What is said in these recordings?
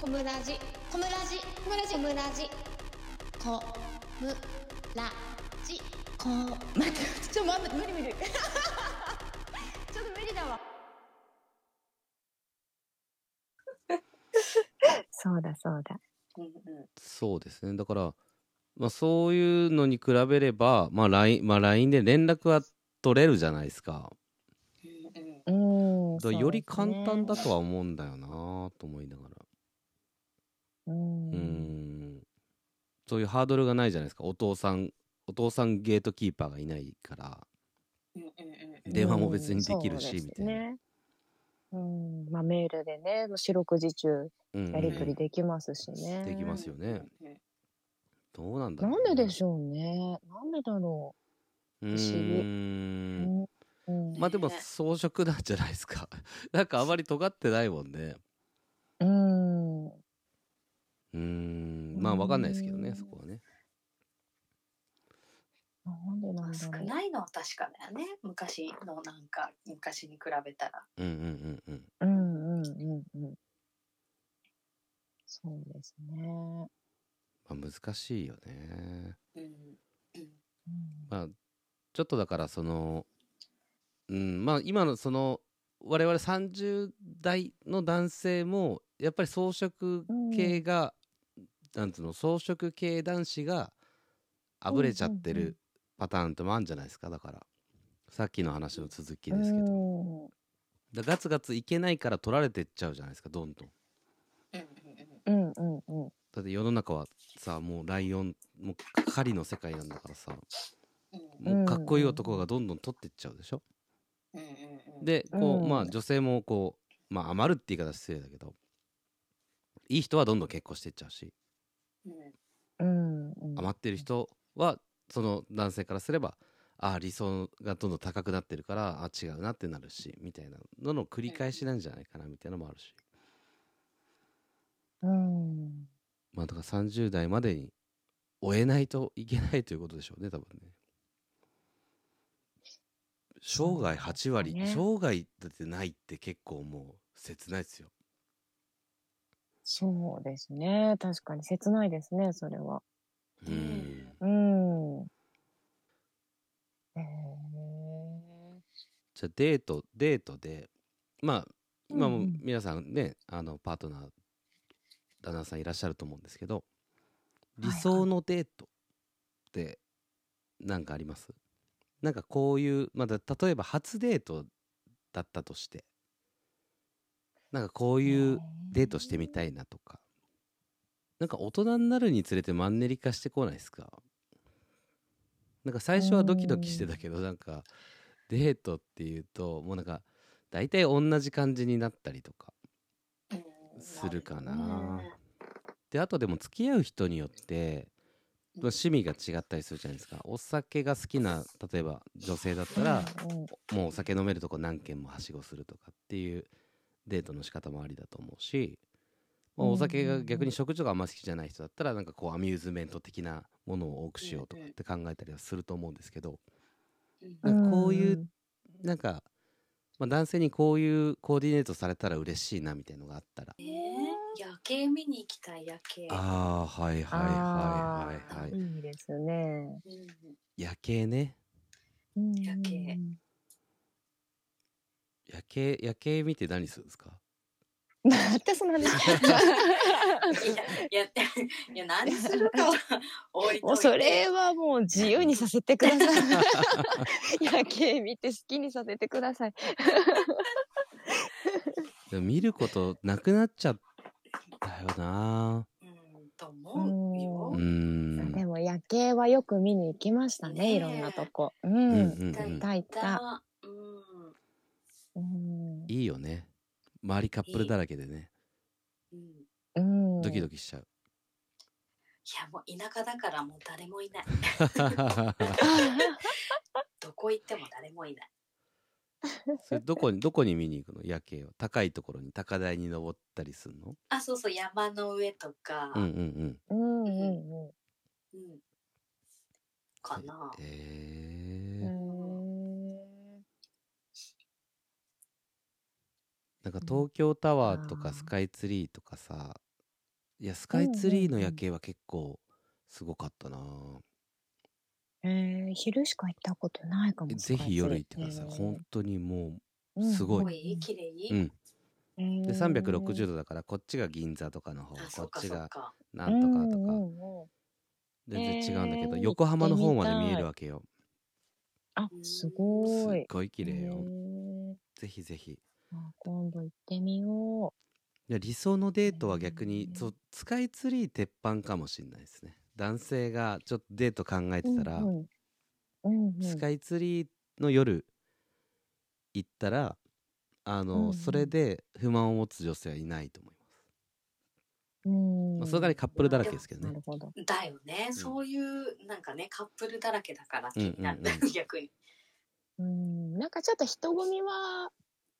コムラジコムラジコムラジコムラジコムラジコ待ってちょっと待って無理無 理ちょっと無理だわそうだそうだ。うんうんそうですねだから、まあ、そういうのに比べれば、まあ LINE まあ、LINE で連絡は取れるじゃないですかうんうんうん。だからよりそうです簡ね単だとは思うんだよなと思いながらう。うんーんそういうハードルがないじゃないですかお父さんお父さんゲートキーパーがいないからうんうんうん電話も別にできるしうんみたそうですいな。ねうん、まあメールでね、四六時中うんうんやりとりできますしね。できますよねうんどうなんだろなうねんででしょうね。なんでだろう不思議ーう。んうんまあでもねえ装飾なんじゃないですか なんかあまり尖ってないもんねうん。うんうーんまあわかんないですけどうねんそこはねなんでなんだ少ろう。ないのは確かだよね昔のなんか昔に比べたらうんうんうんううんんうんうんうん。そうですね。まあ、難しいよねうんうんうんまあちょっとだからそのうんまあ今のその我々30代の男性もやっぱり装飾系が、なんつうの装飾系男子があぶれちゃってうんうんうるパターンってもあるんじゃないですかだからさっきの話の続きうですけど、んだガツガツいけないから取られてっちゃうじゃないですかどんどんうんうんうんうんうんうん。だって世の中はさもうライオンもう狩りの世界なんだからさうんもうかっこいい男がどんどん取ってっちゃうでしょ、うんうんうんでこう、うんまあ女性もこうまあ余るって言い方失礼だけどいい人はどんどん結婚してっちゃうしうんうん余ってる人はその男性からすればああ理想がどんどん高くなってるからあ違うなってなるしみたいなのの繰り返しなんじゃないかなみたいなのもあるしうんうんまあだから30代までに終えないといけないということでしょうね多分ね生涯8割、そうですね生涯だってないって結構もう切ないですよそうですね確かに切ないですねそれはううんんうんへえじゃあデートデートでまあ今うんもうん皆さんね、あのパートナー旦那さんいらっしゃると思うんですけどいはい理想のデートってなんかあります、なんかこういうまだ例えば初デートだったとしてなんかこういうデートしてみたいなとかなんか大人になるにつれてマンネリ化してこないですかなんか最初はドキドキしてたけどなんかデートっていうともうなんか大体同じ感じになったりとかうんするかなねであとでも付き合う人によってうん趣味が違ったりするじゃないですかお酒が好きな例えば女性だったらうんもうお酒飲めるとこ何軒もはしごするとかっていうデートの仕方もありだと思うし、まあ、うんお酒が逆に食事とかあんま好きじゃない人だったらなんかこうアミューズメント的なものを多くしようとかって考えたりはすると思うんですけどうんなんかこういうなんか、まあ、男性にこういうコーディネートされたら嬉しいなみたいのがあったらえー夜景見に行きたい夜景ああはいはいはいはいいはいいいですねうん夜景ね夜景 夜景夜景見て何するんですかまたその話いやいやいや何するかは置いといてもうそれはもう自由にさせてください 夜景見て好きにさせてくださいでも見ることなくなっちゃったよなうんと思ううーよんでも夜景はよく見に行きましたねねえいろんなとこううんん、う行んう絶ん対った行った、だうんうんいいよね周りカップルだらけでねうんいうん、ドキドキし ちゃうやもう田舎だからもう誰もいないあどこ行っても誰もいないそれどこにどこに見に行くの夜景を高いところに高台に登ったりするのあそうそう山の上とかうんうんうんうんうんうんかなえうーん。なんか東京タワーとかスカイツリーとかさいやスカイツリーの夜景は結構すごかったな、えー、昼しか行ったことないかもえスカぜイツリーひ夜行ってください、本当にもうすごい綺麗う、うん、うんで360度だからこっちが銀座とかの方あそこっかっちそっがかなんとかとうんうかんうん全然違うんだけど、えー横浜の方まで行ってみたい見えるわけよあすごすいっごい綺麗へよ、ーぜひぜひあ今度行ってみよいや理想のデートは逆に、うんそうスカイツリー鉄板かもしれないですね男性がちょっとデート考えう。てたら、うんうんうんうんスカイツリーの夜行ったらあの、うんうんそれで不満を持つ女性はいないと思います、うんまあ、その代わりカップルだらけですけどなねるほど。だよね、そういうなんかねカップルだらけだから気になる、 うんうんうん逆にうん、なんかちょっと人混みは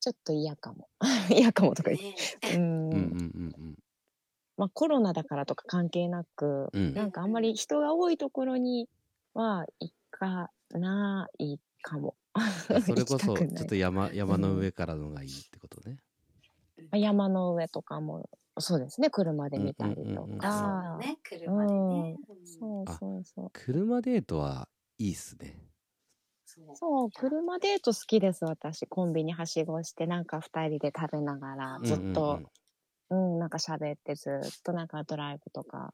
ちょっと嫌かも。 嫌かもとか言って。ねううんうんん、うんまあコロナだからとか関係なく、うんうんなんかあんまり人が多いところには行かないかも。それこ 行きたそちくょないっと山山の上からのがいいってことね、まあ山の上とかもそうですね車で見たりうんうんとうんうんあかそう。ね車でね、うんそうそうそう。車デートはいいっすねそうそう、車デート好きです、私。コンビニはしごして、なんか二人で食べながら、ずっうんうとん、うん、なんか喋って、ずっとなんかドライブとか。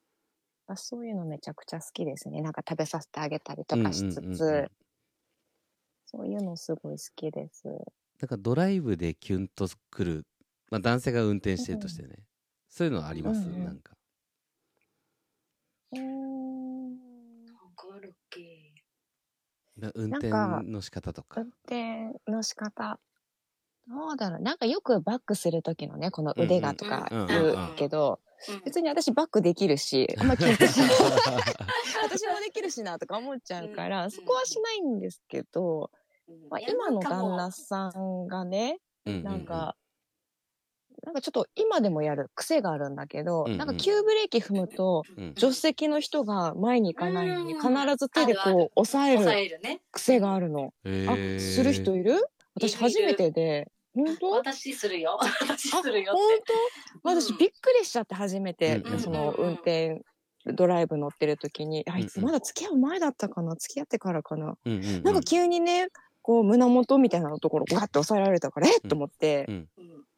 あそういうのめちゃくちゃ好きですね。なんか食べさせてあげたりとかしつうんうんうんうんつ、そういうのすごい好きです。なんかドライブでキュンとくる、まあ、男性が運転してるとしてね、そういうのはあります、うんうんなんかうーん、わかるっけな運なん転かの仕方とか運転の仕方。どうだろう。なんかよくバックする時のね、この腕がとかうんうん言うけど、うん別に私バックできるし、あんまキュンと しない。私もできるしなとか思っちゃうから、うんそこはしないんですけど、うんまあ、いや今のなんかも旦う那さんがねななんか、なんかちょっと今でもやる癖があるんだけど、うんうんなんか急ブレーキ踏むとうん助手席の人が前に行かないのにうん必ず手であるあこう押さ抑えるえるね癖があるの。あえーする人いるいるい私る初めてで。本当私するよ私するよ本って当うん私びっくりしちゃって初めて、うんうんそのうんうん運転ドライブ乗ってる時に、あいうんつうんまだ付き合う前だったかな付き合ってからかなうんうんうんなんか急にね、こう胸元みたいなところガッて押さえられたから、えっと思って、うん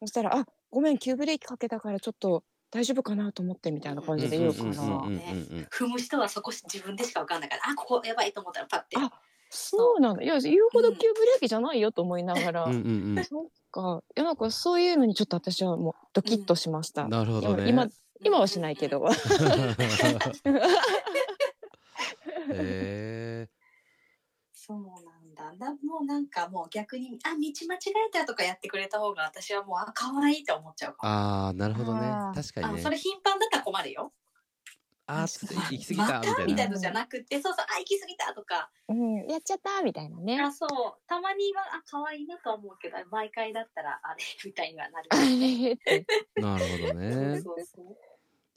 そしたら、あ、ごめん、急ブレーキかけたからちょっと大丈夫かなと思ってみたいな感じで言うから、んうんうんうん踏む人はそこ自分でしかわかんないからあここやばいと思ったらパッてあそうなんだ。いや、言うほど急ブレーキじゃないよと思いながら、うんうんうんそっか、いや、なんかそういうのにちょっと私はもうドキッとしました。なるほどね今、今はしないけど。 へえそうなんだなもうなんかもう逆にあ道間違えたとかやってくれた方が私はもうあ可愛いと思っちゃうかああなるほどねあー確から、にあそれね頻繁だったら困るよあーつ確ってか行にき過ぎまたたみみたたいいなのじゃなくてそうそうあ行き過ぎたとかうん、やっちゃったみたいなね。あそうたまにはあ可愛いなとは思うけど毎回だったらあれみたいにはなるあれってなるほどねそうそうそう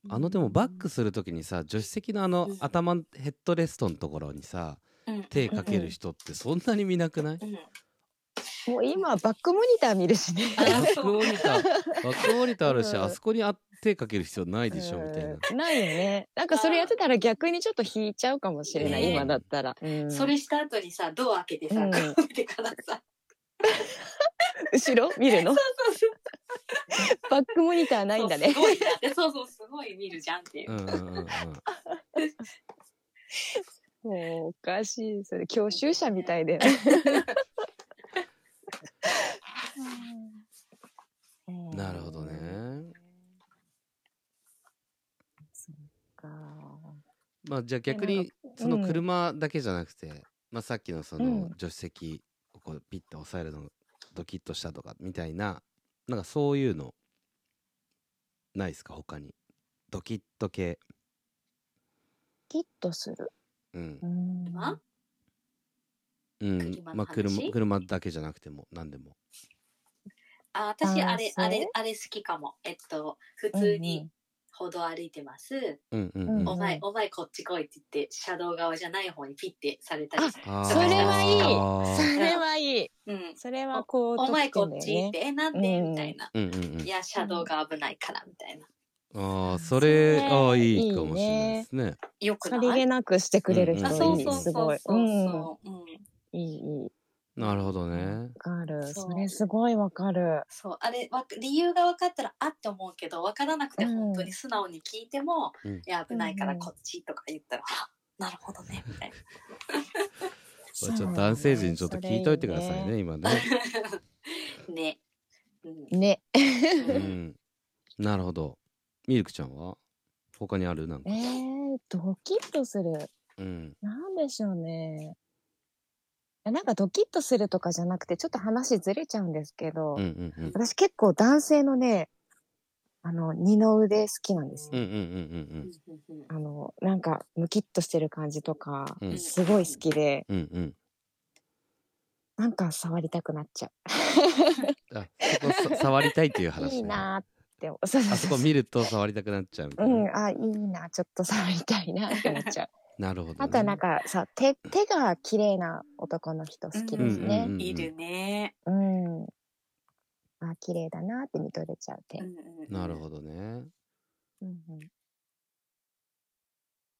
あのでもバックするときにさ助手席のあのうん頭ヘッドレストのところにさうん手かける人ってそんなに見なくないうんもう今、バックモニター見るしね。バあッそうクモニターバックモニターあるしうんあそこにあ手かける必要ないでしょみたいなうんないよね。なんかそれやってたら逆にちょっと引いちゃうかもしれない、ね今だったら。うんそれした後にさドア開けてさ、うんこう見てからさ後ろ見るのそうそうバックモニターないんだねす。ごいなってそうそうすごい見るじゃんっていうう、んうんうんうんもうおかしい。それ教習者みたいで。うんなるほど。ねそっかまあじゃあ逆なんにかそのうん車だけじゃなくて、まあ、さっきのそうのん助手席をこうピッて押さえるのドキッとしたとかみたいななんかそういうのないですか他にドキッと系キッとする。うんう、んまうん車のまあ、話車車だけじゃなくても何でもあ私ああれーあそれうあれ好きかもえっと普通に歩道歩いてます、うんうんうん、うんお前お前こっち来いって言って車道側じゃない方にピッてされたりしてあーそれはいそれはいい。うんそれはこう、お前こっち得点だよねって、えなんでうんみたいな、うんうんうんいや車道が危ないからみたいなああ、それ、ねああ、いいかもしれないですね。よくさないりげなくしてくれる人なあいそういいそうすそごうい。。そううんそう、うんいい、いい。なるほどね。わかる。そうそれすごいわかる。そうあれわ理由が分かったらあって思うけど分からなくてうん本当に素直に聞いても、うんいや危ないかうらんうんこっちとか言ったら、あなるほどねみたいなちょっと男性陣ちょっと聞いといてくださいね、今ね。ね、うんね。ううんん。なるほど。ミルクちゃんは他にあるなんえか。ー、ドキッとする。うん。なんでしょうね。いやなんかドキッとするとかじゃなくて、ちょっと話ずれちゃうんですけど、うんうんうん。私結構男性のね、あの、二の腕好きなんですよ。うんうんうんうんあの、なんか、ムキッとしてる感じとか、うんすごい好きで、うん。うんなんか触りたくなっちゃうん。あ、そこさ触りたいっていうう。話、ね。いいなーって、そうそあうそそこう。見ると触りたくなっちゃうみたういな。ん、あ、いいな、ちょっと触りたいなって思っちゃう。なるほど、ね。 あとはなんかさ、手、手が綺麗な男の人好きですね。うんうんいるね、うん。あ、綺麗だなって見とれちゃう手う。んうんうんなるほどね。うんうん